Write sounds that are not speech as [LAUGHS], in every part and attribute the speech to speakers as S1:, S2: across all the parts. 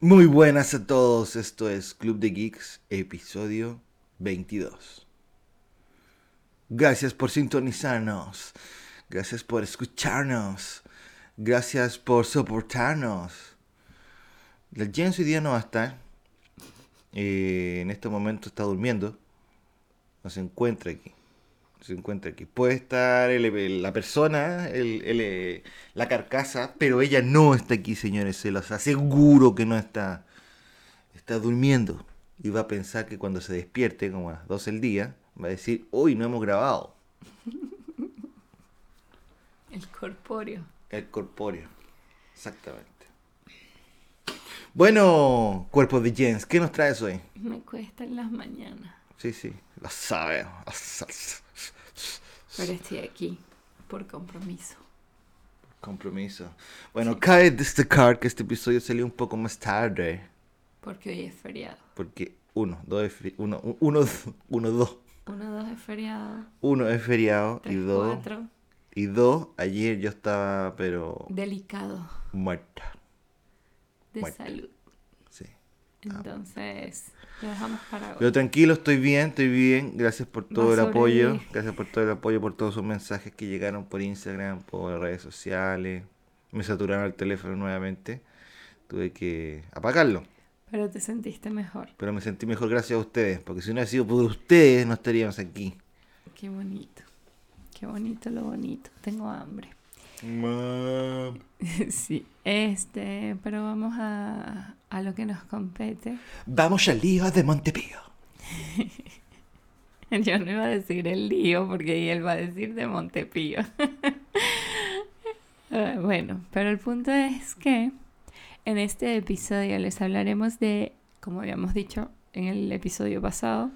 S1: Muy buenas a todos, esto es Club de Geeks, episodio 22. Gracias por sintonizarnos, gracias por escucharnos, gracias por soportarnos. La Jens hoy día no va a estar, eh, en este momento está durmiendo, no se encuentra aquí. no Se encuentra aquí. Puede estar el- el- la persona, el- el, eh, la carcasa, pero ella no está aquí, señores. Se los aseguro que no está. Está durmiendo. Y va a pensar que cuando se despierte, como a las 12 del día, va a decir, hoy no hemos grabado.
S2: El corpóreo.
S1: El corpóreo. Exactamente. Bueno, cuerpo de Jens, ¿qué nos traes hoy?
S2: Me cuesta en las mañanas.
S1: Sí, sí, lo sabe.
S2: Pero estoy aquí por compromiso.
S1: Compromiso. Bueno, cabe destacar que este episodio salió un poco más tarde.
S2: Porque hoy es feriado.
S1: Porque uno, dos es fri- uno, u- uno, uno, dos.
S2: Uno, dos es feriado.
S1: Uno es feriado y
S2: Tres,
S1: dos.
S2: cuatro.
S1: Y dos, ayer yo estaba pero
S2: Delicado.
S1: muerta.
S2: De
S1: Bueno. Ah.
S2: salud.
S1: Sí.
S2: Entonces, lo dejamos para hoy.
S1: Pero tranquilo, estoy bien, estoy bien. Gracias por todo
S2: Va a
S1: el apoyo.
S2: sobrevivir.
S1: Gracias por todo el apoyo, por todos sus mensajes que llegaron por Instagram, por redes sociales. Me saturaron el teléfono nuevamente. Tuve que apagarlo.
S2: Pero te sentiste mejor.
S1: Pero me sentí mejor gracias a ustedes. Porque si no hubiera sido por ustedes, no estaríamos aquí.
S2: Qué bonito. Qué bonito lo bonito. Tengo hambre. [LAUGHS] sí. Este, pero vamos a, a lo que nos compete.
S1: Vamos al lío de Montepío.
S2: [LAUGHS] Yo no iba a decir el lío porque él va a decir de Montepío. [LAUGHS] Ah, bueno, pero el punto es que en este episodio les hablaremos de, como habíamos dicho en el episodio pasado,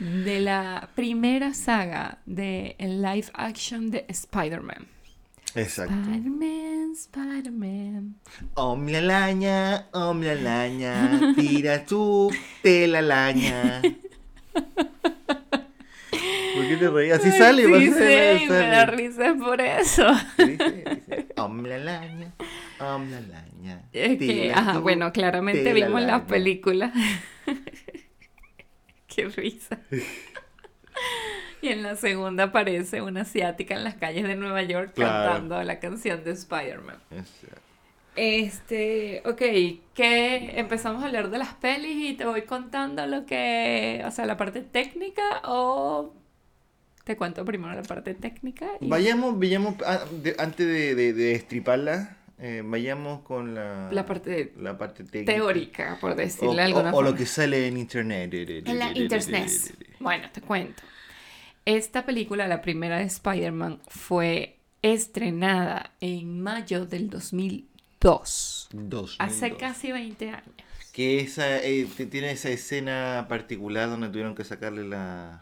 S2: de la primera saga de el live action de Spider-Man.
S1: Exacto.
S2: Spider-Man, Spider-Man.
S1: Om la laña, om la laña, oh, tira tu tela laña. [LAUGHS] ¿Por qué te reías? Así
S2: Ay,
S1: sale,
S2: sí,
S1: así
S2: sí,
S1: sale,
S2: me
S1: sale.
S2: da risa por eso.
S1: Dice, dice, Om la laña, om la laña.
S2: Es que,
S1: oh, tira
S2: ajá,
S1: tu
S2: bueno, claramente
S1: tela
S2: vimos las
S1: laña".
S2: películas. [LAUGHS] Qué risa. Y en la segunda aparece una asiática en las calles de Nueva York
S1: Claro.
S2: cantando la canción de Spider-Man.
S1: Exacto.
S2: Este, ok, que empezamos a hablar de las pelis y te voy contando lo que, o sea, la parte técnica o te cuento primero la parte técnica. y-
S1: Vayamos, vayamos, ah, de- antes de, de, de estriparla, eh, vayamos con la,
S2: La parte
S1: la parte técnica.
S2: Teórica, por
S1: O,
S2: decirlo de
S1: o,
S2: alguna
S1: o
S2: forma.
S1: lo que sale en internet.
S2: En la internet. Bueno, te cuento. Esta película, la primera de Spider-Man, fue estrenada en mayo del 2002.
S1: Dos.
S2: Hace
S1: mil dos.
S2: casi 20 años.
S1: Que esa, eh, te- tiene esa escena particular donde tuvieron que sacarle las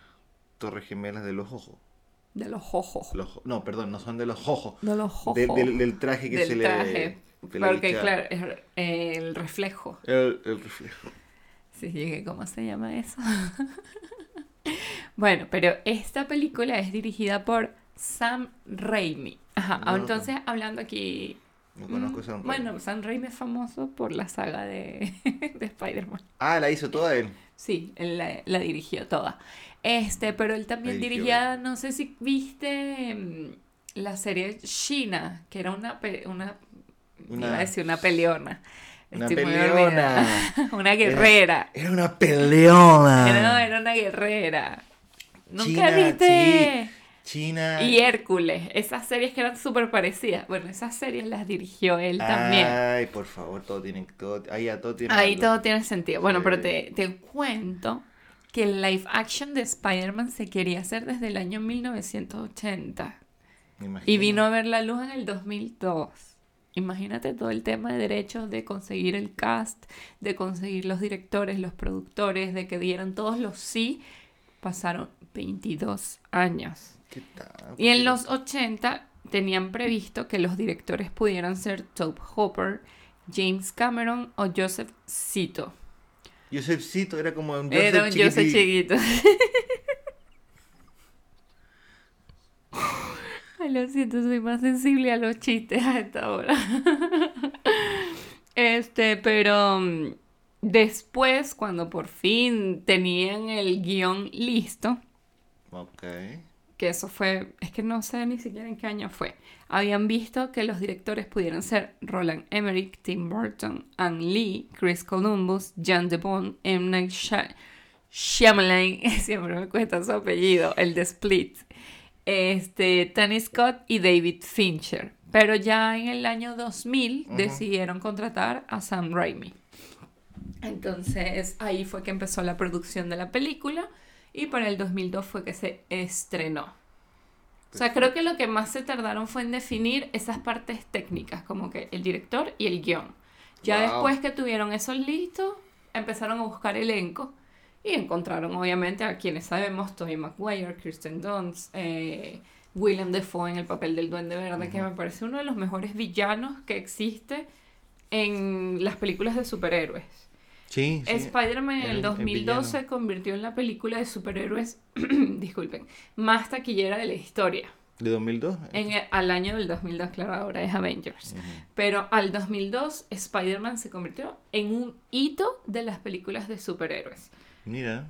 S1: torres gemelas de los ojos.
S2: De los ojos.
S1: Los jo- no, perdón, no son de los ojos.
S2: De los ojos.
S1: De- del, del traje que
S2: Del
S1: se le-
S2: traje.
S1: se le
S2: Porque,
S1: hinchaba.
S2: claro, es eh, el reflejo.
S1: El, el reflejo.
S2: Sí, llegué, ¿cómo se llama eso? [LAUGHS] bueno, pero esta película es dirigida por Sam Raimi. Ajá,
S1: No lo
S2: entonces hablando aquí
S1: No conozco
S2: Mm,
S1: esa
S2: Bueno, Sam Raimi es famoso por la saga de, [LAUGHS] de Spider-Man.
S1: Ah, la hizo toda él.
S2: Sí, él la, la dirigió toda. Este, pero él también
S1: dirigió
S2: dirigía, no sé si viste mm, la serie China, que era una, pe- una,
S1: Una-
S2: iba a decir una peleona.
S1: Una
S2: Estoy muy
S1: peleona.
S2: olvidada. [LAUGHS] una guerrera.
S1: Era una peleona.
S2: Era, no, era una guerrera. Nunca
S1: China,
S2: viste.
S1: China.
S2: Y Hércules, esas series que eran súper parecidas. Bueno, esas series las dirigió
S1: Ah,
S2: él también.
S1: Ay, por favor, todo tiene. Todo, ahí a todo tiene.
S2: Ahí
S1: algo. Eh,
S2: todo tiene sentido. Bueno, pero
S1: Sí.
S2: te, te cuento que el live action de Spider-Man se quería hacer desde el año 1980
S1: Me
S2: y
S1: imagino.
S2: vino a ver la luz en el 2002. Imagínate todo el tema de derechos, de conseguir el cast, de conseguir los directores, los productores, de que dieran todos los sí. Pasaron 22 años.
S1: ¿Qué tal?
S2: Y en los 80 tenían previsto que los directores pudieran ser Top Hopper, James Cameron o Joseph Cito.
S1: Josephcito era como un
S2: Era un Joseph
S1: chiquitín.
S2: chiquito. Ay, lo siento, soy más sensible a los chistes a esta hora. [LAUGHS] Este, pero mm, después, cuando por fin tenían el guión listo,
S1: Ok.
S2: que eso fue, es que no sé ni siquiera en qué año fue, habían visto que los directores pudieran ser Roland Emmerich, Tim Burton, Anne Lee, Chris Columbus, Jan de Bond, M. Night Shy- Shyamalan, [LAUGHS] siempre me cuesta su apellido, el de Split, este, Tony Scott y David Fincher. Pero ya en el año 2000
S1: Ujú.
S2: decidieron contratar a Sam Raimi. Entonces ahí fue que empezó la producción de la película y para el 2002 fue que se estrenó. O sea, creo que lo que más se tardaron fue en definir esas partes técnicas, como que el director y el guión. Ya
S1: Wow.
S2: después que tuvieron eso listo, empezaron a buscar elenco y encontraron obviamente a quienes sabemos, Tobey Maguire, Kirsten Dunst, eh, Willem Dafoe en el papel del Duende Verde, que me parece uno de los mejores villanos que existe en las películas de superhéroes.
S1: Sí, sí.
S2: Spider-Man en
S1: el-
S2: el
S1: el
S2: 2012 se
S1: villano.
S2: convirtió en la película de superhéroes, [CLEARS THROAT] disculpen, más taquillera de la historia.
S1: ¿De 2002?
S2: En el- al año del 2002, claro, ahora es Avengers.
S1: Ujú.
S2: Pero al 2002, Spider-Man se convirtió en un hito de las películas de superhéroes.
S1: Mira.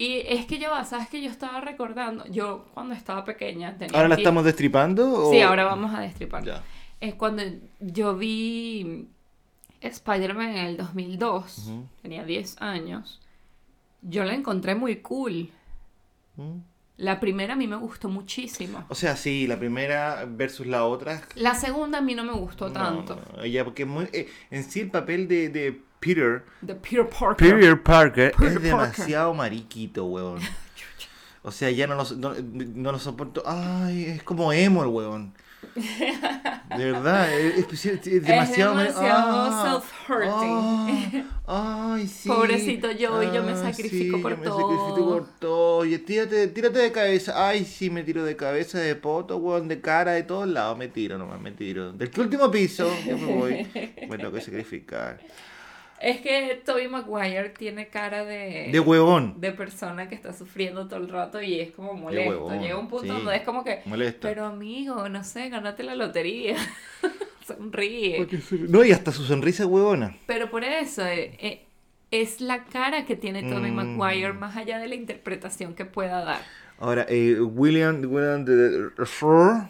S2: Y es que ya va, sabes que yo estaba recordando, yo cuando estaba pequeña tenía...
S1: ¿Ahora la
S2: 10
S1: estamos destripando? o-
S2: Sí, ahora vamos a destripar.
S1: Ya.
S2: Es cuando yo vi Spider-Man en el 2002,
S1: Ujú.
S2: tenía 10 años, yo la encontré muy cool.
S1: Mm.
S2: La primera a mí me gustó muchísimo.
S1: O sea, sí, la primera versus la otra.
S2: La segunda a mí no me gustó
S1: No,
S2: tanto.
S1: no, ya, porque es muy- eh, en sí el papel de, de Peter,
S2: The Peter Parker.
S1: Peter Parker,
S2: Peter
S1: es
S2: Parker.
S1: demasiado mariquito, weón. O sea, ya no lo, so- no, no lo soporto. Ay, es como emo el weón. De verdad, es, es- es demasiado...
S2: Es demasiado self-hurting.
S1: ah, ay, sí.
S2: Pobrecito yo, y yo me
S1: Ah,
S2: sacrifico
S1: sí,
S2: por
S1: yo me sacrifico
S2: todo.
S1: por todo. Oye, tírate, tírate de cabeza. Ay, sí, me tiro de cabeza, de poto, weón, de cara, de todos lados. Me tiro nomás, me tiro. Del último piso, yo me voy. Me tengo que sacrificar.
S2: Es que Tobey Maguire tiene cara de...
S1: De huevón.
S2: de persona que está sufriendo todo el rato y es como
S1: De
S2: molesto.
S1: huevón,
S2: Llega un punto
S1: sí.
S2: donde es como que,
S1: Molesta.
S2: pero amigo, no sé, ganate la lotería. [LAUGHS] Sonríe.
S1: Porque se- No, y hasta su sonrisa es huevona.
S2: Pero por eso, eh, eh, es la cara que tiene Tommy
S1: Mm.
S2: Maguire más allá de la interpretación que pueda dar.
S1: Ahora, eh, William, William de Dafoe,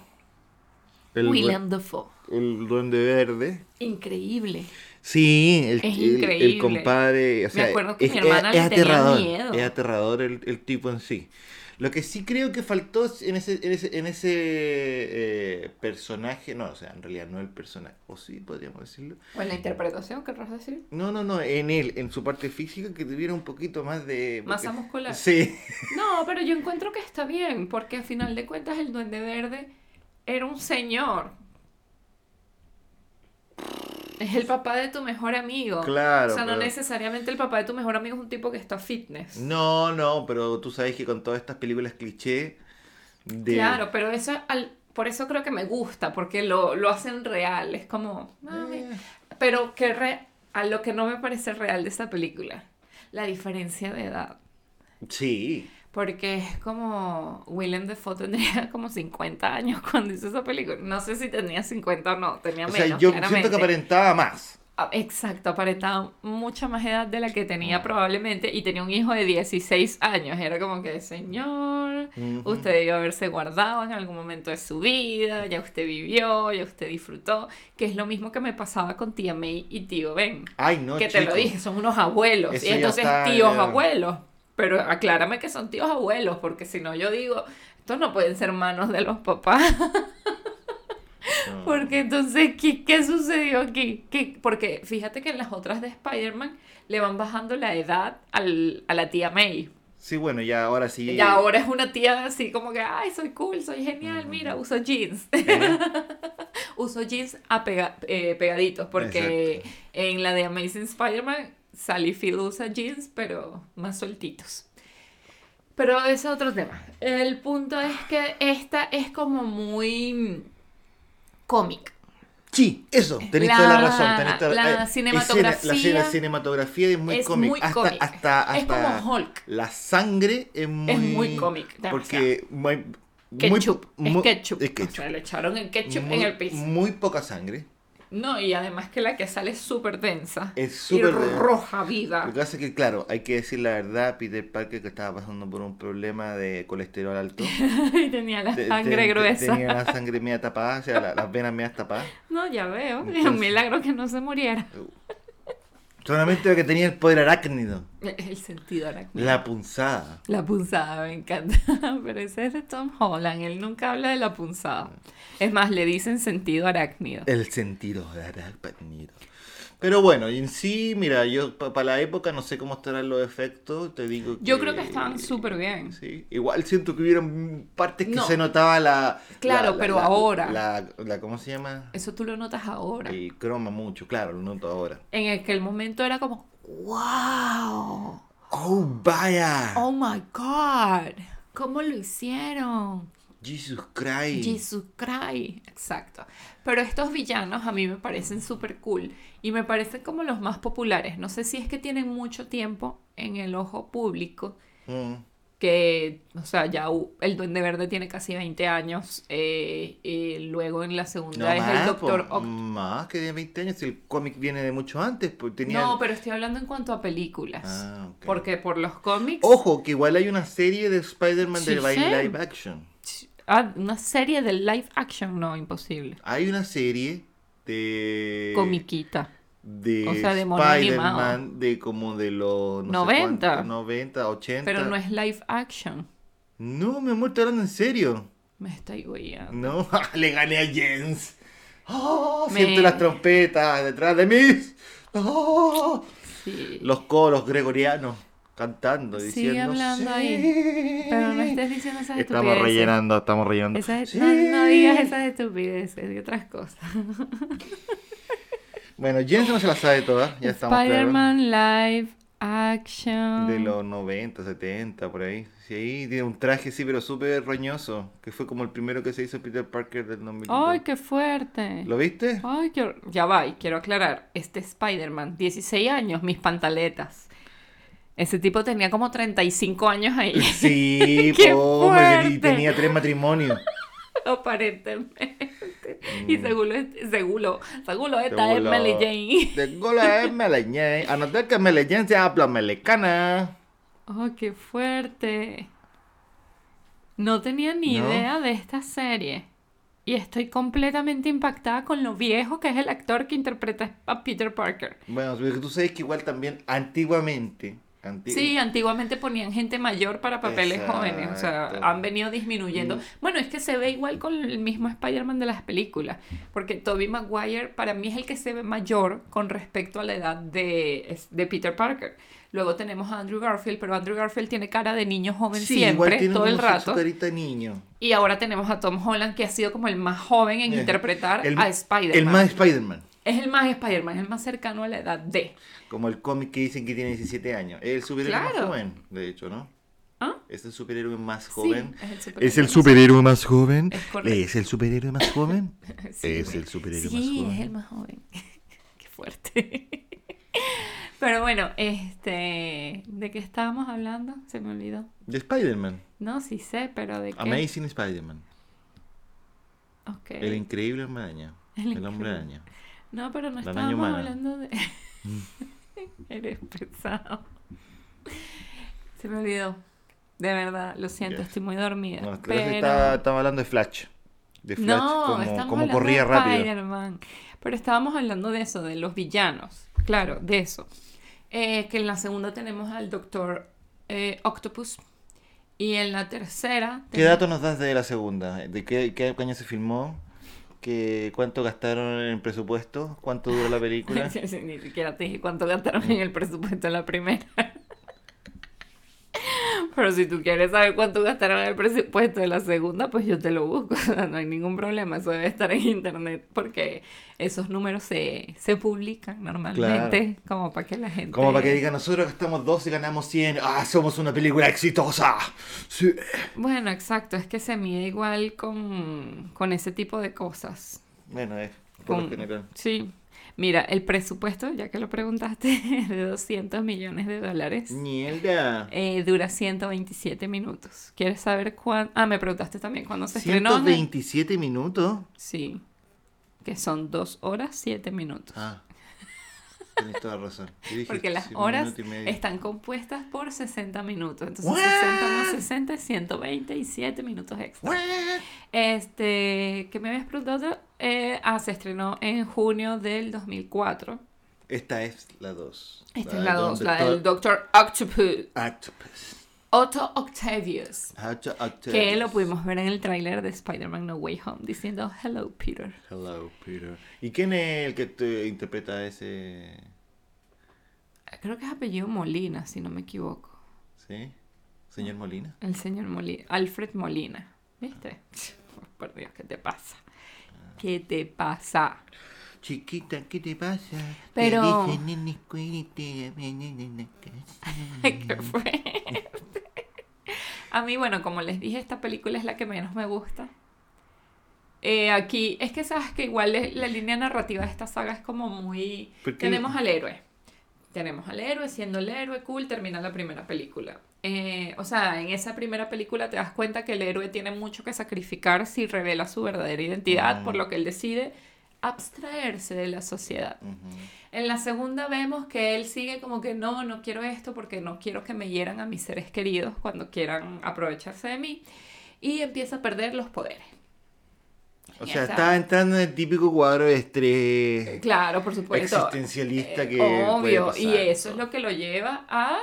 S1: el,
S2: William Dafoe.
S1: el duende verde.
S2: Increíble.
S1: Sí, el,
S2: Es
S1: el- el
S2: increíble.
S1: compadre. O
S2: Me
S1: sea,
S2: acuerdo que
S1: es,
S2: mi hermana
S1: es-
S2: le
S1: es
S2: tenía
S1: aterrador.
S2: miedo.
S1: Es aterrador el, el tipo en sí. Lo que sí creo que faltó en ese, en ese, en ese eh, personaje, no, o sea, en realidad no el personaje, o sí, podríamos decirlo.
S2: ¿O en la interpretación, querrás decir?
S1: No, no, no, en él, en su parte física, que tuviera un poquito más de...
S2: Masa
S1: porque-
S2: muscular.
S1: Sí.
S2: No, pero yo encuentro que está bien, porque al final de cuentas el Duende Verde era un señor. Es el papá de tu mejor amigo.
S1: Claro,
S2: O sea, no
S1: pero-
S2: necesariamente el papá de tu mejor amigo es un tipo que está fitness.
S1: No, no, pero tú sabes que con todas estas películas cliché de...
S2: Claro, pero eso al- por eso creo que me gusta, porque lo, lo hacen real. Es como. "Mami".
S1: Eh.
S2: Pero que re- a lo que no me parece real de esta película, la diferencia de edad.
S1: Sí.
S2: Porque es como Willem Dafoe tendría [LAUGHS] como 50 años cuando hizo esa película. No sé si tenía 50 o no, tenía
S1: O
S2: menos.
S1: sea, yo siento
S2: claramente.
S1: que aparentaba más.
S2: Ah, Exacto, aparentaba mucha más edad de la que
S1: Ah.
S2: tenía probablemente y tenía un hijo de 16 años. Era como que, señor,
S1: Ujú.
S2: usted debió haberse guardado en algún momento de su vida, ya usted vivió, ya usted disfrutó, que es lo mismo que me pasaba con tía May y tío Ben
S1: Ay, no,
S2: que te lo
S1: chico.
S2: dije, son unos abuelos.
S1: Eso
S2: y
S1: ya
S2: entonces
S1: está,
S2: tíos
S1: ya.
S2: abuelos. Pero aclárame que son tíos abuelos, porque si no yo digo, estos no pueden ser hermanos de los papás. [LAUGHS]
S1: No.
S2: Porque entonces, ¿qué, qué sucedió aquí? ¿Qué- Porque fíjate que en las otras de Spider-Man le van bajando la edad al- a la tía May.
S1: Sí, bueno, ya ahora sí.
S2: Y ahora es una tía así como que, ay, soy cool, soy genial, mira,
S1: [LAUGHS]
S2: uso jeans.
S1: ¿Eh?
S2: uso jeans apega- eh, pegaditos porque en la de Amazing Spider-Man Sally Field usa jeans pero más sueltitos. Pero ese es otro tema. El punto es que esta es como muy mm, cómic.
S1: Sí, eso. Tenés toda la
S2: La-
S1: razón. tenés toda
S2: la
S1: eh, escena-
S2: cinematografía-
S1: la, escena- cinematografía es muy
S2: es
S1: cómic.
S2: muy
S1: hasta,
S2: cómic.
S1: Hasta, hasta,
S2: es como Hulk.
S1: La sangre es muy.
S2: Es muy cómic, demasiado.
S1: Porque. Muy, muy-
S2: Ketchup.
S1: muy-
S2: es ketchup.
S1: es
S2: O sea, le echaron el ketchup en el piso.
S1: Muy poca sangre.
S2: No, y además que la que sale es súper densa.
S1: Es
S2: y
S1: súper densa.
S2: roja
S1: Lo
S2: vida.
S1: que pasa es que, claro, hay que decir la verdad, Peter Parker que estaba pasando por un problema de colesterol
S2: [LAUGHS]
S1: alto.
S2: Y tenía la
S1: Te- te-
S2: sangre
S1: te-
S2: gruesa.
S1: Tenía la sangre media tapada, o sea, la- las venas medias
S2: [LAUGHS]
S1: tapadas.
S2: No, ya veo. Es un
S1: Entonces-
S2: milagro que no se muriera.
S1: Solamente lo que tenía el poder arácnido,
S2: [LAUGHS] El sentido arácnido.
S1: la punzada.
S2: La punzada, me encanta. [LAUGHS] Pero ese es de Tom Holland. Él nunca habla de la punzada. Es más, le dicen sentido arácnido.
S1: El sentido de arácnido. Pero bueno, y en sí, mira, yo para la época no sé cómo estarán los efectos, te digo
S2: Yo creo que estaban súper bien.
S1: Sí, igual siento que hubieron partes que
S2: No.
S1: se notaba la...
S2: Claro,
S1: la- la-
S2: pero
S1: la-
S2: ahora.
S1: La, la- ¿Cómo se llama?
S2: Eso tú lo notas ahora.
S1: El croma mucho, claro, lo noto ahora.
S2: En aquel momento era como, wow,
S1: ¡Oh, vaya!
S2: oh my God, ¿cómo lo hicieron?
S1: ¡Jesus Christ!
S2: Jesus Christ, exacto. Pero estos villanos a mí me parecen súper cool y me parecen como los más populares. No sé si es que tienen mucho tiempo en el ojo público,
S1: Mm.
S2: que, o sea, ya hu- el Duende Verde tiene casi 20 años, eh, eh, luego en la segunda es el Doctor
S1: po, mm,
S2: Oct-
S1: pues. Más que de 20 años, el cómic viene de mucho antes, pues tenía...
S2: No, pero estoy hablando en cuanto a películas.
S1: Ah, ok.
S2: Porque por los cómics...
S1: Ojo, que igual hay una serie de Spider-Man
S2: Sí,
S1: de live-
S2: sé.
S1: live action.
S2: Ah, una serie de live action, no, imposible.
S1: Hay una serie de...
S2: Comiquita.
S1: De
S2: o sea, de mono animado.
S1: Spider-Man de como de los... no sé
S2: 90.
S1: cuánto, 90, 80.
S2: Pero no es live action.
S1: No, mi amor, te hablando en serio.
S2: Me estoy guiando.
S1: No, [LAUGHS] le gané a Jens. Oh,
S2: Me-
S1: Siento las trompetas detrás de mí. Oh.
S2: Sí.
S1: los coros gregorianos cantando,
S2: Sigue
S1: diciendo.
S2: hablando
S1: "Sí".
S2: ahí. Pero no estés diciendo esas
S1: Estamos
S2: estupideces.
S1: rellenando, estamos rellenando.
S2: Esas-
S1: "Sí".
S2: no, no digas esas estupideces de otras cosas.
S1: Bueno, Jensen no se la sabe toda, ya estamos claros.
S2: Spider-Man live action.
S1: De los 90, 70, por ahí. Sí, tiene un traje, sí, pero súper roñoso. Que fue como el primero que se hizo Peter Parker del 2000.
S2: ¡Ay, qué fuerte!
S1: ¿Lo viste?
S2: Ay, qué hor- ya va, y quiero aclarar, este Spider-Man, 16 años, mis pantaletas. Ese tipo tenía como 35 años
S1: [LAUGHS]
S2: ahí, [LAUGHS]
S1: Sí,
S2: ¡Qué
S1: pobre. Y
S2: fuerte!
S1: tenía tres matrimonios.
S2: aparentemente. Y
S1: Mm.
S2: seguro, es- seguro, seguro [LAUGHS] esta es
S1: Seguro.
S2: Mary Jane.
S1: Tengo la Melanie. Anotar que Melanie se habla melecana.
S2: Oh, qué fuerte. No tenía ni
S1: No.
S2: idea de esta serie. Y estoy completamente impactada con lo viejo que es el actor que interpreta a Peter Parker.
S1: Bueno, porque tú sabes que igual también antiguamente. anti-
S2: Sí, antiguamente ponían gente mayor para papeles jóvenes, o sea,
S1: Exacto. Mm.
S2: han venido disminuyendo. Bueno, es que se ve igual con el mismo Spider-Man de las películas, porque Tobey Maguire para mí es el que se ve mayor con respecto a la edad de, es- de Peter Parker. Luego tenemos a Andrew Garfield, pero Andrew Garfield tiene cara de niño joven
S1: Sí, igual
S2: siempre,
S1: tiene
S2: todo el
S1: como su-
S2: rato.
S1: Su carita de niño.
S2: Y ahora tenemos a Tom Holland, que ha sido como el más joven en
S1: Eh,
S2: interpretar
S1: el-
S2: a Spider-Man.
S1: El más Spider-Man.
S2: Es el más Spider-Man, es el más cercano a la edad de.
S1: Como el cómic que dicen que tiene 17 años. Es el superhéroe
S2: Claro.
S1: más joven, de hecho, ¿no?
S2: ¿Ah?
S1: Es el superhéroe más
S2: Sí,
S1: joven.
S2: es el superhéroe
S1: es el
S2: más
S1: superhéroe más joven.
S2: Es correcto.
S1: Es el superhéroe más joven.
S2: [LAUGHS] Sí,
S1: es
S2: güey.
S1: el superhéroe
S2: Sí,
S1: más joven.
S2: es el más joven. [LAUGHS] Qué fuerte. [LAUGHS] Pero bueno, este, ¿de qué estábamos hablando? Se me olvidó.
S1: [LAUGHS] De Spider-Man.
S2: No, sí sé, pero de qué.
S1: Amazing Spider-Man.
S2: Ok.
S1: El increíble hombre araña.
S2: Eh. El
S1: El, hombre
S2: increíble.
S1: araña.
S2: No, pero no
S1: La araña
S2: estábamos
S1: humana. Mm.
S2: hablando de. [LAUGHS] Eres pesado. Se me olvidó. De verdad, lo siento,
S1: Ya.
S2: estoy muy dormida.
S1: No,
S2: pero...
S1: estaba, estaba hablando de Flash. De Flash,
S2: No,
S1: como,
S2: estamos
S1: como
S2: hablando
S1: corría
S2: de
S1: rápido.
S2: Spider-Man. Pero estábamos hablando de eso, de los villanos. Claro, de eso. Eh, que en la segunda tenemos al Doctor eh, Octopus. Y en la tercera.
S1: ¿Qué
S2: tenemos-
S1: dato nos das de la segunda? ¿De qué, qué año se filmó? ¿Qué, ¿Cuánto gastaron en presupuesto? ¿Cuánto duró la
S2: [LAUGHS]
S1: película?
S2: Ni siquiera te dije cuánto gastaron en el presupuesto en la primera. [LAUGHS] Pero si tú quieres saber cuánto gastaron en el presupuesto de la segunda, pues yo te lo busco. [LAUGHS] O sea, no hay ningún problema. Eso debe estar en internet porque esos números se, se publican normalmente como para que la gente...
S1: Como para que digan, nosotros gastamos dos y ganamos 100. ¡Ah, somos una película exitosa! Sí.
S2: Bueno, exacto. Es que se mide igual con, con ese tipo de cosas.
S1: Bueno, es por lo
S2: Con-
S1: general.
S2: Sí. Mira, el presupuesto, ya que lo preguntaste, [LAUGHS] es de 200 millones de dólares.
S1: ¡Mierda!
S2: Eh, dura 127 minutos. ¿Quieres saber cuándo? Ah, me preguntaste también cuándo se estrenó.
S1: 127 minutos.
S2: Sí. que son dos horas, siete minutos. [LAUGHS]
S1: Ah, tienes toda razón. Yo dije,
S2: Porque las
S1: sí, un
S2: horas
S1: minuto y medio.
S2: están compuestas por 60 minutos. Entonces,
S1: ¿What?
S2: 60 más 60 es 127 minutos extra.
S1: What?
S2: Este, ¿qué me habías preguntado? Eh, ah, se estrenó en junio del 2004.
S1: Esta es la 2.
S2: Esta es la 2, la del Doctor Octopus.
S1: Octopus.
S2: Otto Octavius.
S1: Hacha Octopus.
S2: Que lo pudimos ver en el tráiler de Spider-Man No Way Home diciendo Hello Peter.
S1: Hello, Peter. ¿Y quién es el que te interpreta a ese...?
S2: Creo que es apellido Molina, si no me equivoco.
S1: ¿Sí? ¿Señor
S2: Mm.
S1: Molina?
S2: El señor Molina. Alfred Molina. ¿Viste? [LAUGHS] Por Dios, ¿qué te pasa? ¿Qué te pasa?
S1: Chiquita, ¿qué te pasa? Te
S2: Pero-
S1: dicen en la escuela y te llaman en la
S2: [LAUGHS]
S1: casa.
S2: ¿Qué fue? A mí, bueno, como les dije, esta película es la que menos me gusta. Eh, aquí, es que sabes que igual es- la línea narrativa de esta saga es como muy...
S1: ¿Por qué?
S2: Tenemos al héroe. Tenemos al héroe, siendo el héroe, cool, termina la primera película. Eh, o sea, en esa primera película te das cuenta que el héroe tiene mucho que sacrificar si revela su verdadera identidad,
S1: Mm.
S2: por lo que él decide abstraerse de la sociedad.
S1: Ujú.
S2: En la segunda vemos que él sigue como que no, no quiero esto porque no quiero que me hieran a mis seres queridos cuando quieran aprovecharse de mí. Y empieza a perder los poderes.
S1: O
S2: Ya
S1: sea,
S2: sabes. Eh,
S1: estaba entrando en el típico cuadro de estrés
S2: Claro, por supuesto.
S1: existencialista
S2: Eh,
S1: Eh, que puede
S2: obvio,
S1: pasar.
S2: y eso es lo que lo lleva a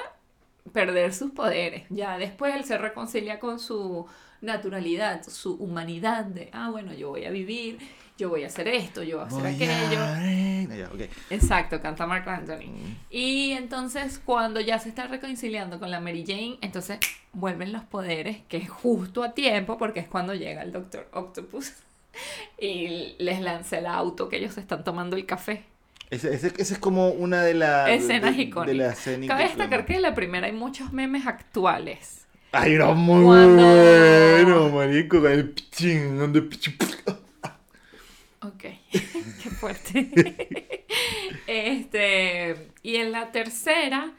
S2: perder sus poderes. Ya después él se reconcilia con su naturalidad, su humanidad de, ah, bueno, yo voy a vivir, yo voy a hacer esto, yo voy a hacer
S1: Voy
S2: aquello.
S1: a ver- No, ya, ok.
S2: Exacto, canta Mark Anthony.
S1: Mm.
S2: Y entonces cuando ya se está reconciliando con la Mary Jane, entonces vuelven los poderes, que es justo a tiempo, porque es cuando llega el Doctor Octopus y les lanza el auto que ellos están tomando el café.
S1: Ese- ese- esa es como una de las
S2: Escenas
S1: de-
S2: icónicas.
S1: De la escena
S2: Cabe
S1: icónica.
S2: destacar que de la primera hay muchos memes actuales.
S1: Ay, era muy
S2: Cuando-
S1: bueno, marico, con el pichín, donde pichín.
S2: Ok, [LAUGHS] qué fuerte. [LAUGHS] este, y en la tercera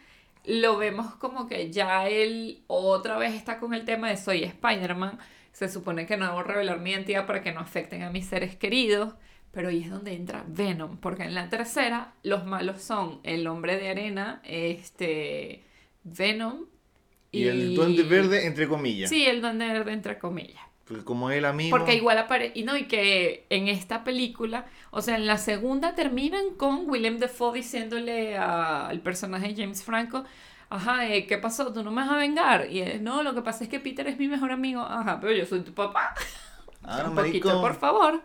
S2: lo vemos como que ya él otra vez está con el tema de soy Spider-Man. Se supone que no debo revelar mi identidad para que no afecten a mis seres queridos. Pero ahí es donde entra Venom, porque en la tercera los malos son el hombre de arena, este Venom
S1: Y el duende verde, entre comillas.
S2: Sí, el duende verde entre comillas.
S1: Porque como él amigo.
S2: Porque igual aparece, y no, y que en esta película, o sea, en la segunda terminan con Willem Dafoe diciéndole a- al personaje de James Franco, ajá, eh, ¿qué pasó? ¿Tú no me vas a vengar? Y él, no, lo que pasa es que Peter es mi mejor amigo, ajá, pero yo soy tu papá,
S1: Ah,
S2: [LAUGHS] un
S1: marico.
S2: poquito, por favor.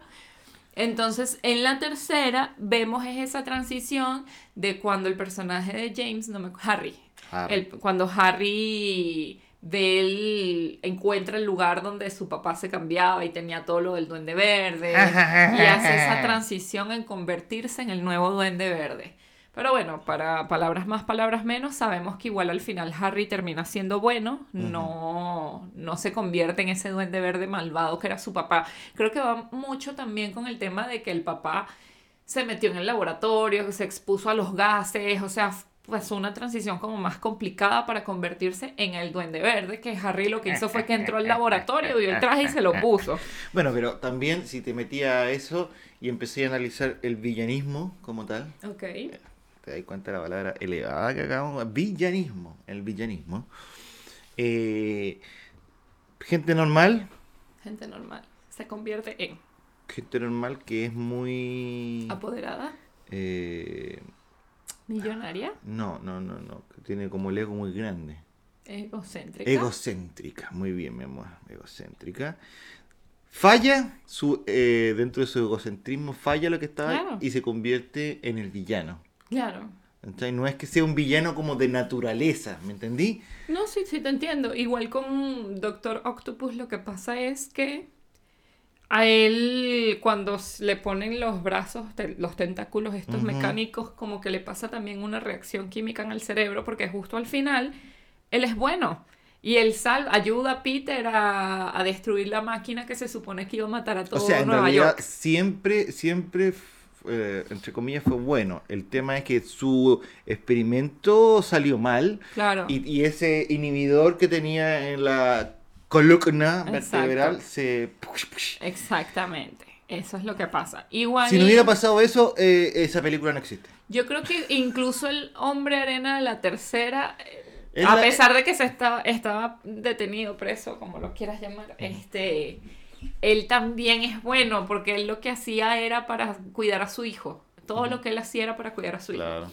S2: Entonces, en la tercera vemos es esa transición de cuando el personaje de James, no me Harry,
S1: Harry.
S2: el- cuando Harry ve el- encuentra el lugar donde su papá se cambiaba y tenía todo lo del duende verde y hace esa transición en convertirse en el nuevo duende verde. Pero bueno, para palabras más, palabras menos, sabemos que igual al final Harry termina siendo bueno, no, no se convierte en ese duende verde malvado que era su papá. Creo que va mucho también con el tema de que el papá se metió en el laboratorio, que se expuso a los gases, o sea, f- pues una transición como más complicada para convertirse en el duende verde, que Harry lo que hizo fue que entró al laboratorio, vio el traje y se lo puso.
S1: Bueno, pero también si te metía a eso y empecé a analizar el villanismo como tal,
S2: Ok.
S1: te das cuenta de la palabra elevada que acabamos. Villanismo, el villanismo. Eh, gente normal,
S2: Gente normal. Se convierte en
S1: gente normal que es muy.
S2: apoderada,
S1: eh,
S2: millonaria,
S1: no, no, no, no. que Tiene como el ego muy grande.
S2: egocéntrica.
S1: Egocéntrica, muy bien, mi amor. Egocéntrica. Falla su, eh, dentro de su egocentrismo, falla lo que estaba
S2: Claro.
S1: y se convierte en el villano.
S2: Claro.
S1: ¿Cachai? No es que sea un villano como de naturaleza, ¿me entendí?
S2: No, sí, sí, te entiendo. Igual con Doctor Octopus lo que pasa es que a él cuando s- le ponen los brazos, te- los tentáculos estos
S1: Ujú.
S2: mecánicos, como que le pasa también una reacción química en el cerebro porque justo al final él es bueno. Y él sal ayuda a Peter a, a destruir la máquina que se supone que iba a matar a
S1: O
S2: todo
S1: sea, en
S2: Nueva
S1: realidad
S2: York.
S1: siempre, siempre, f- eh, entre comillas, fue bueno. El tema es que su experimento salió mal
S2: Claro.
S1: y, y ese inhibidor que tenía en la columna
S2: Exacto.
S1: vertebral se...
S2: Exactamente. Eso es lo que pasa. Igual.
S1: Si no hubiera pasado eso, eh, esa película no existe.
S2: Yo creo que incluso el hombre arena de la tercera, eh,
S1: Es
S2: a
S1: la-
S2: pesar de que se estaba, estaba detenido, preso, como lo quieras llamar, este, él también es bueno porque él lo que hacía era para cuidar a su hijo. Todo lo que él hacía era para cuidar a su hijo.
S3: Claro.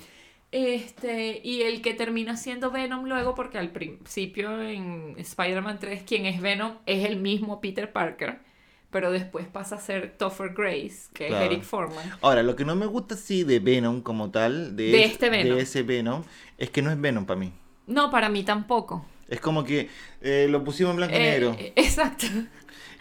S2: Este, y el que termina siendo Venom luego, porque al principio en Spider-Man 3, quien es Venom es el mismo Peter Parker, pero después pasa a ser Topher Grace, que
S3: Claro.
S2: es Eric Foreman.
S1: Ahora, lo que no me gusta sí de Venom como tal, de,
S2: De este Venom.
S1: de ese Venom, es que no es Venom para mí.
S2: No, para mí tampoco.
S1: Es como que eh, lo pusimos en blanco y
S2: Eh,
S1: negro.
S2: eh, exacto.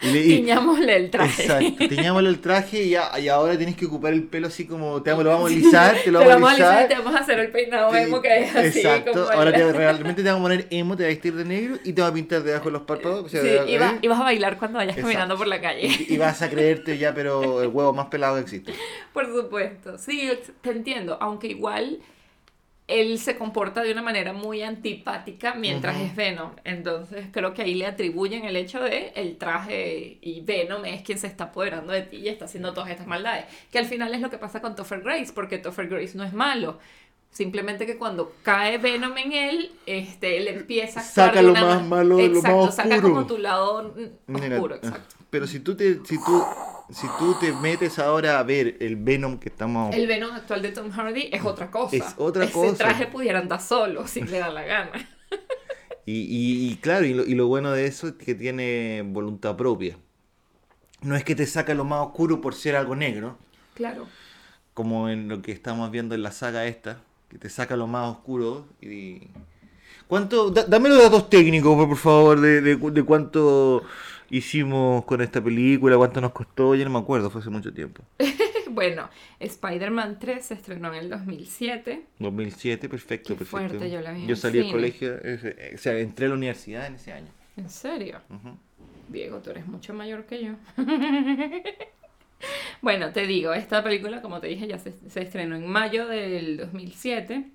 S1: Y le- y-
S2: Tiñámosle el traje. [LAUGHS]
S1: Exacto, teñámosle el traje y, a- y ahora tienes que ocupar el pelo así como te amo- lo vamos a alisar, te lo
S2: Te
S1: vamos, a alisar.
S2: y te vamos a hacer el peinado
S1: Sí,
S2: emo que es así.
S1: Exacto.
S2: como el-
S1: Ahora te- realmente te van a poner emo, te va a vestir de negro y te va a pintar debajo de los párpados. o sea,
S2: Sí,
S1: de-
S2: y, va-
S1: ¿eh?
S2: y vas a bailar cuando vayas caminando
S1: Exacto.
S2: por la calle.
S1: Y- y vas a creerte ya, pero el huevo más pelado que existe.
S2: [LAUGHS] Por supuesto, sí, ex- te entiendo, aunque igual él se comporta de una manera muy antipática mientras
S1: Ujú.
S2: es Venom, entonces creo que ahí le atribuyen el hecho de el traje y Venom es quien se está apoderando de ti y está haciendo todas estas maldades, que al final es lo que pasa con Topher Grace, porque Topher Grace no es malo. Simplemente que cuando cae Venom en él, este, él empieza a actuar
S1: Saca
S2: de
S1: lo
S2: una-
S1: más malo de lo más
S2: Exacto, saca
S1: oscuro.
S2: como tu lado mm,
S1: Mira, eh.
S2: oscuro, exacto.
S1: ah, Pero si tú te, si tú, si tú te metes ahora a ver el Venom que estamos.
S2: El Venom actual de Tom Hardy es otra cosa.
S1: Es otra
S2: Ese
S1: cosa.
S2: traje pudiera andar solo si le da la
S1: [LAUGHS]
S2: gana.
S1: Y, y- y claro, y lo, y lo bueno de eso es que tiene voluntad propia. No es que te saca lo más oscuro por ser algo negro,
S2: Claro.
S1: como en lo que estamos viendo en la saga esta, que te saca lo más oscuro y... ¿Cuánto? da- dame los datos técnicos, por, por favor, de, de cu- de cuánto hicimos con esta película, cuánto nos costó, ya no me acuerdo, fue hace mucho tiempo.
S2: Bueno, Spider-Man 3 se estrenó en el 2007.
S1: 2007, perfecto,
S2: Qué
S1: perfecto.
S2: fuerte, yo la vi en
S1: salí del
S2: cine.
S1: colegio, eh, eh, o sea, entré a la universidad en ese año.
S2: ¿En serio?
S1: Ujú.
S2: Diego, tú eres mucho mayor que yo. [LAUGHS] bueno, te digo, esta película, como te dije, ya se, se estrenó en mayo del 2007.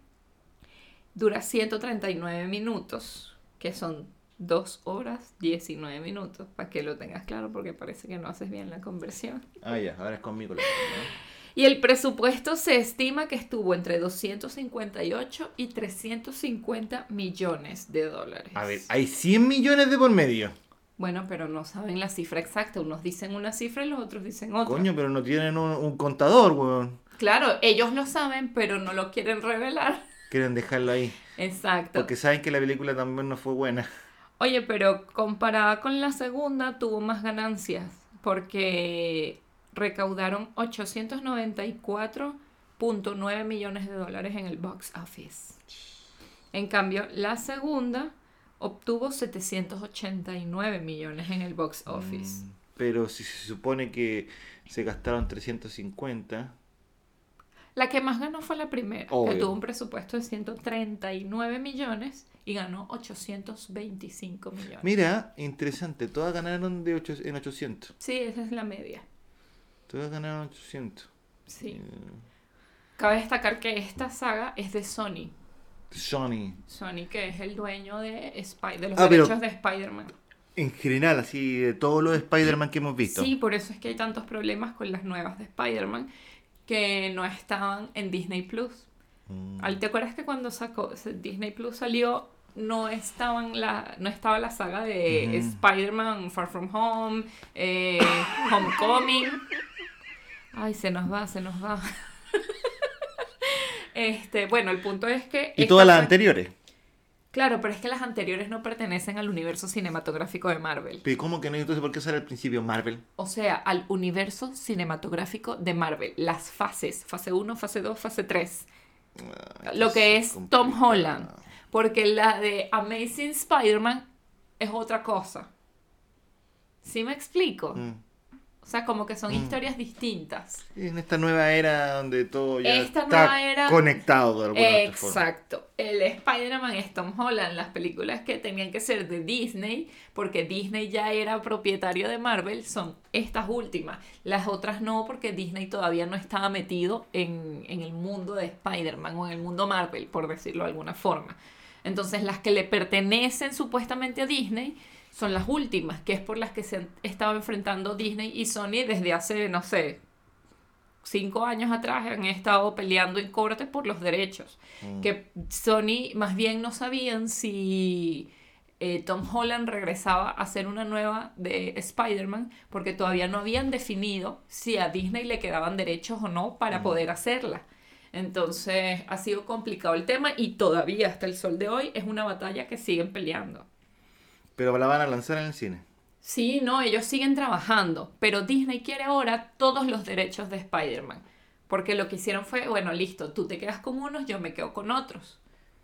S2: Dura 139 minutos, que son 2 horas 19 minutos, para que lo tengas claro, porque parece que no haces bien la conversión.
S1: Ah, ya, ahora es conmigo. la- ¿no?
S2: Y el presupuesto se estima que estuvo entre 258 y 350 millones de dólares.
S1: A ver, hay 100 millones de por medio.
S2: Bueno, pero no saben la cifra exacta. Unos dicen una cifra y los otros dicen otra.
S1: Coño, pero no tienen un, un contador, weón.
S2: Claro, ellos lo saben, pero no lo quieren revelar. [LAUGHS]
S1: Quieren dejarlo ahí.
S2: Exacto.
S1: Porque saben que la película también no fue buena.
S2: Oye, pero comparada con la segunda, tuvo más ganancias. Porque recaudaron 894.9 millones de dólares en el box office. En cambio, la segunda obtuvo 789 millones en el box office.
S1: Mm, Pero si se supone que se gastaron 350.
S2: La que más ganó fue la primera, que
S1: Obvio.
S2: tuvo un presupuesto de 139 millones y ganó 825 millones.
S1: Mira, interesante. Todas ganaron de ocho- en 800.
S2: Sí, esa es la media.
S1: Todas ganaron Eh, 800.
S2: Sí. Cabe destacar que esta saga es de Sony.
S1: Sony.
S2: Sony, que es el dueño de, Spy- de los
S1: Ah, pero-
S2: derechos de Spider-Man.
S1: En general, así, de todos los Spider-Man que hemos visto.
S2: Sí, por eso es que hay tantos problemas con las nuevas de Spider-Man que no estaban en Disney Plus.
S1: Mm.
S2: Al- ¿Te acuerdas que cuando sacó se- Disney Plus salió no estaban la no estaba la saga de
S1: Ujú.
S2: Spider-Man Far From Home, eh, Homecoming? Ay, se nos va, se nos va. [LAUGHS] Este, bueno, el punto es que
S1: Y
S2: esta
S1: todas las
S2: fue-
S1: anteriores.
S2: Claro, pero es que las anteriores no pertenecen al universo cinematográfico de Marvel.
S1: Pero ¿cómo que no? Entonces, ¿por qué sale al principio Marvel?
S2: O sea, al universo cinematográfico de Marvel. Las fases. Fase 1, fase 2, fase 3.
S1: Ah,
S2: Lo que es Tom
S1: complicado.
S2: Holland. Porque la de Amazing Spider-Man es otra cosa. ¿Sí me explico?
S1: Mm.
S2: O sea, como que son
S1: Mm.
S2: historias distintas.
S1: En esta nueva era donde todo ya
S2: Esta
S1: está
S2: nueva era-
S1: conectado de alguna u otra forma.
S2: Exacto. El Spider-Man es Tom Holland. Las películas que tenían que ser de Disney, porque Disney ya era propietario de Marvel, son estas últimas. Las otras no, porque Disney todavía no estaba metido en, en el mundo de Spider-Man o en el mundo Marvel, por decirlo de alguna forma. Entonces, las que le pertenecen supuestamente a Disney son las últimas, que es por las que se han estado enfrentando Disney y Sony desde hace, no sé, cinco años atrás han estado peleando en corte por los derechos.
S1: Mm.
S2: Que Sony más bien no sabían si eh, Tom Holland regresaba a hacer una nueva de Spider-Man, porque todavía no habían definido si a Disney le quedaban derechos o no para poder hacerla. Entonces ha sido complicado el tema y todavía hasta el sol de hoy es una batalla que siguen peleando.
S1: Pero la van a lanzar en el cine.
S2: Sí, no, ellos siguen trabajando, pero Disney quiere ahora todos los derechos de Spider-Man. Porque lo que hicieron fue, bueno, listo, tú te quedas con unos, yo me quedo con otros,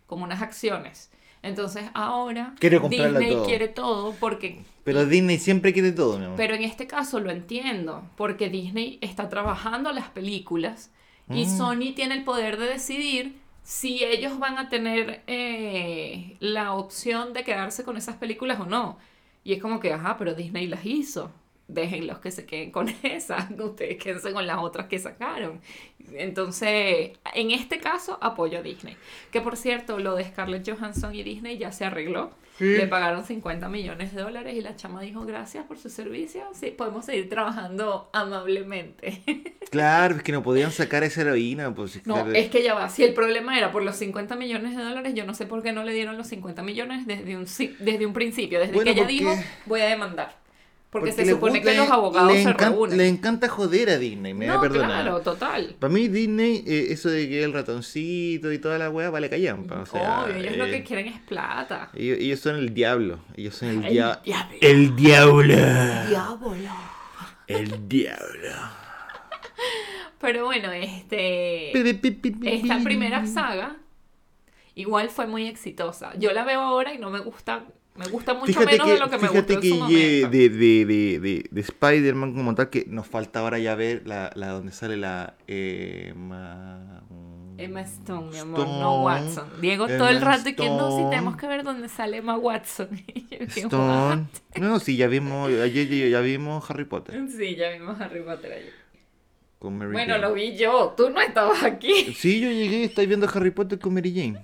S2: como unas acciones. Entonces ahora
S1: Quiere comprarlo
S2: Disney
S1: todo.
S2: quiere todo porque,
S1: Pero Disney siempre quiere todo, mi amor.
S2: pero en este caso lo entiendo, porque Disney está trabajando las películas y
S1: Mm.
S2: Sony tiene el poder de decidir si ellos van a tener eh, la opción de quedarse con esas películas o no. Y es como que, ajá, pero Disney las hizo. Déjenlos que se queden con [LAUGHS] esas. Ustedes quédense con las otras que sacaron. Entonces, en este caso, apoyo a Disney. Que por cierto, lo de Scarlett Johansson y Disney ya se arregló.
S1: Sí.
S2: Le pagaron 50 millones de dólares y la chama dijo gracias por su servicio. Sí, podemos seguir trabajando amablemente. [LAUGHS]
S1: Claro, es que no podían sacar a esa heroína. Pues,
S2: No,
S1: claro.
S2: es que ya va. Si el problema era por los 50 millones de dólares, yo no sé por qué no le dieron los 50 millones desde un, si- desde un principio, desde
S1: Bueno,
S2: que ella
S1: porque-
S2: dijo, voy a demandar. Porque, se
S1: le
S2: supone que
S1: gusta-
S2: los abogados
S1: le
S2: se
S1: encan-
S2: reúnen.
S1: Le encanta joder a Disney, me va a
S2: no,
S1: perdonar.
S2: claro, total.
S1: Para mí Disney, eh, eso de que el ratoncito y toda la weá vale callampa. O sea,
S2: Obvio, ellos lo
S1: eh,
S2: que quieren es plata.
S1: ellos, ellos son el diablo. Ellos son el,
S2: El
S1: dia-
S2: diablo.
S1: El diablo.
S2: Diablo.
S1: El diablo.
S2: Pero bueno, este... Esta
S1: Esta
S2: primera saga igual fue muy exitosa. Yo la veo ahora y no me gusta, me gusta mucho menos de lo que me
S1: fíjate
S2: gustó en
S1: que eh,
S2: su
S1: ye-
S2: momento.
S1: de, de, de, de, de Spider-Man como tal, que nos falta ahora ya ver la, la donde sale la Emma,
S2: Emma Stone, mi amor, no Watson. Diego todo el
S1: Emma
S2: rato y que no, si
S1: Stone.
S2: tenemos que ver dónde sale Emma Watson. [LAUGHS] Y yo, ¿qué
S1: Stone. No, sí, ya vimos, ayer ya, ya vimos Harry Potter
S2: guay. Sí, ya vimos Harry Potter ahí.
S1: con Mary
S2: Bueno,
S1: Jane.
S2: lo vi yo, tú no estabas aquí. [LAUGHS]
S1: Sí, yo llegué y estoy viendo Harry Potter con Mary Jane.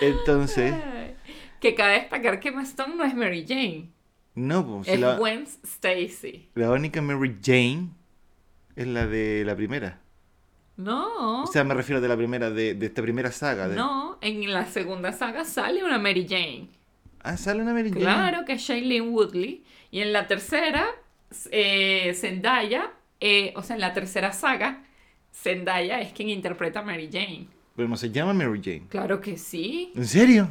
S1: Entonces,
S2: Ay, Que cabe destacar que Emma Stone no es Mary Jane,
S1: no, pues si
S2: es
S1: la,
S2: Gwen Stacy.
S1: la única Mary Jane es la de la primera.
S2: No,
S1: O sea, me refiero de la primera, de, de esta primera saga. de-
S2: no, en la segunda saga sale una Mary Jane.
S1: Ah, sale una Mary Jane.
S2: Claro que es Shailene Woodley. Y en la tercera, eh, Zendaya, eh, o sea, en la tercera saga, Zendaya es quien interpreta a Mary Jane.
S1: Pero no se llama Mary Jane.
S2: Claro que sí.
S1: ¿En serio?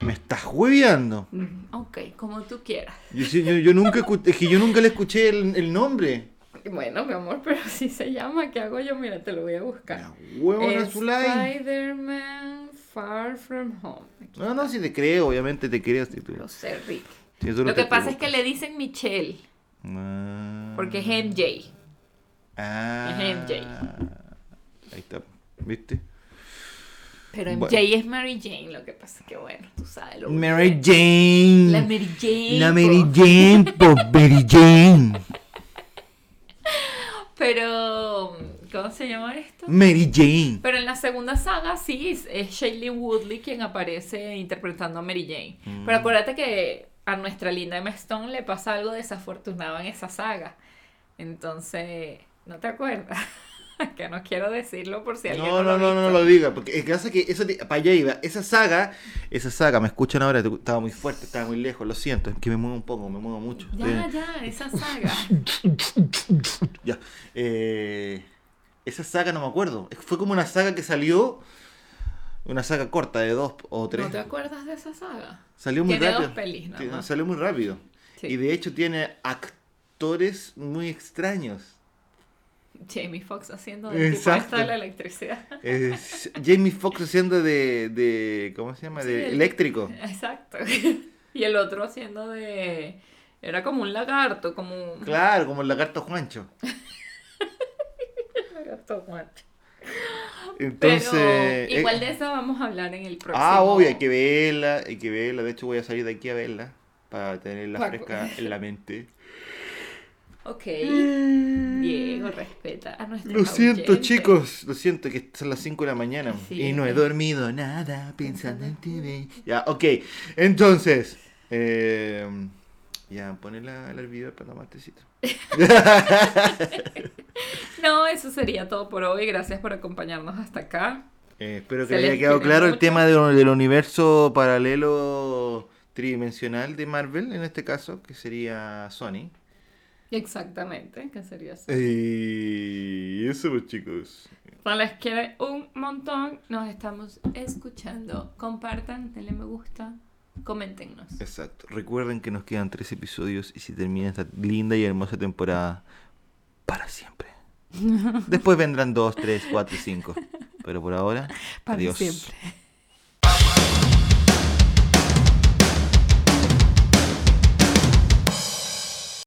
S1: Me estás hueveando.
S2: Mm, Ok, como tú quieras.
S1: Yo, sí- yo- yo nunca escu- es que yo nunca le escuché el, el nombre.
S2: Bueno, mi amor, [LAUGHS] pero si se llama, ¿qué hago yo? Mira, te lo voy a buscar. Eh,
S1: La huevona Zulay.
S2: Spider-Man Far From Home. Aquí
S1: No, no, si te creo, obviamente te creo. si tú-
S2: Lo sé, Rick.
S1: si tú no
S2: Lo
S1: te
S2: que pasa es que
S1: equivocas.
S2: le dicen Michelle,
S1: Ah.
S2: porque es MJ.
S1: Ah.
S2: Es MJ.
S1: Ahí está. ¿Viste?
S2: Pero MJ
S1: Bueno.
S2: es Mary Jane, lo que pasa es que, bueno, tú sabes lo
S1: Mary
S2: La
S1: Jane.
S2: Mary Jane.
S1: Mm. La
S2: po.
S1: Mary Jane. po, Mary Jane.
S2: Pero, ¿cómo se llama esto?
S1: Mary Jane.
S2: Pero en la segunda saga sí es, es Shailene Woodley quien aparece interpretando a Mary Jane.
S1: Mm.
S2: Pero acuérdate que a nuestra linda Emma Stone le pasa algo desafortunado en esa saga. Entonces, ¿no te acuerdas? [LAUGHS] que no quiero decirlo por si alguien
S1: No, no,
S2: lo
S1: no,
S2: ha
S1: no
S2: visto.
S1: lo diga, porque es que pasa que eso para allá iba, esa saga, esa saga, me escuchan ahora, te- estaba muy fuerte, estaba muy lejos, lo siento, es que me muevo un poco, me muevo mucho.
S2: Ya,
S1: estoy-
S2: ya, esa saga.
S1: ya. Eh, esa saga no me acuerdo, es- fue como una saga que salió, una saga corta de dos o [LAUGHS] tres.
S2: ¿No te acuerdas de esa saga?
S1: Salió muy
S2: Tiene
S1: rápido.
S2: dos pelis nada
S1: Sí,
S2: más.
S1: Salió muy rápido.
S2: Sí.
S1: Y de hecho tiene actores muy extraños.
S2: Jamie Foxx haciendo del tipo
S1: Exacto.
S2: esta de la electricidad.
S1: Es Jamie Foxx haciendo de, de- ¿cómo se llama?
S2: Sí,
S1: de
S2: el-
S1: eléctrico.
S2: Exacto. [LAUGHS] Y el otro haciendo de. Era como un lagarto, como un
S1: Claro, como el lagarto Juancho.
S2: lagarto muerto.
S1: Entonces,
S2: Pero igual
S1: eh,
S2: de eso vamos a hablar en el próximo.
S1: Ah, obvio, hay que verla, hay que verla. De hecho, voy a salir de aquí a verla para tenerla
S2: Paco.
S1: fresca en la mente.
S2: Ok.
S1: Mm.
S2: Diego, respeta a nuestro
S1: Lo siento, chicos. Lo siento, que son las 5 de la mañana.
S2: Sí.
S1: Y no he dormido nada pensando en ti. Ya, ok. Entonces. eh, ya, pone la, el video para la matecita.
S2: No, eso sería todo por hoy. Gracias por acompañarnos hasta acá.
S1: Eh, espero que
S2: Se
S1: le haya
S2: les
S1: quedado
S2: quiere
S1: claro el
S2: mucho.
S1: tema de- del universo paralelo tridimensional de Marvel, en este caso, que sería Sony.
S2: Exactamente, que sería eso.
S1: Y eso, pues, chicos.
S2: Se les quiere un montón. Nos estamos escuchando. Compartan, denle me gusta, coméntenos.
S1: Exacto. Recuerden que nos quedan tres episodios y si termina esta linda y hermosa temporada para
S2: [LAUGHS]
S1: siempre. Después vendrán dos, tres, cuatro y cinco. Pero por ahora,
S2: Para
S1: adiós.
S2: siempre.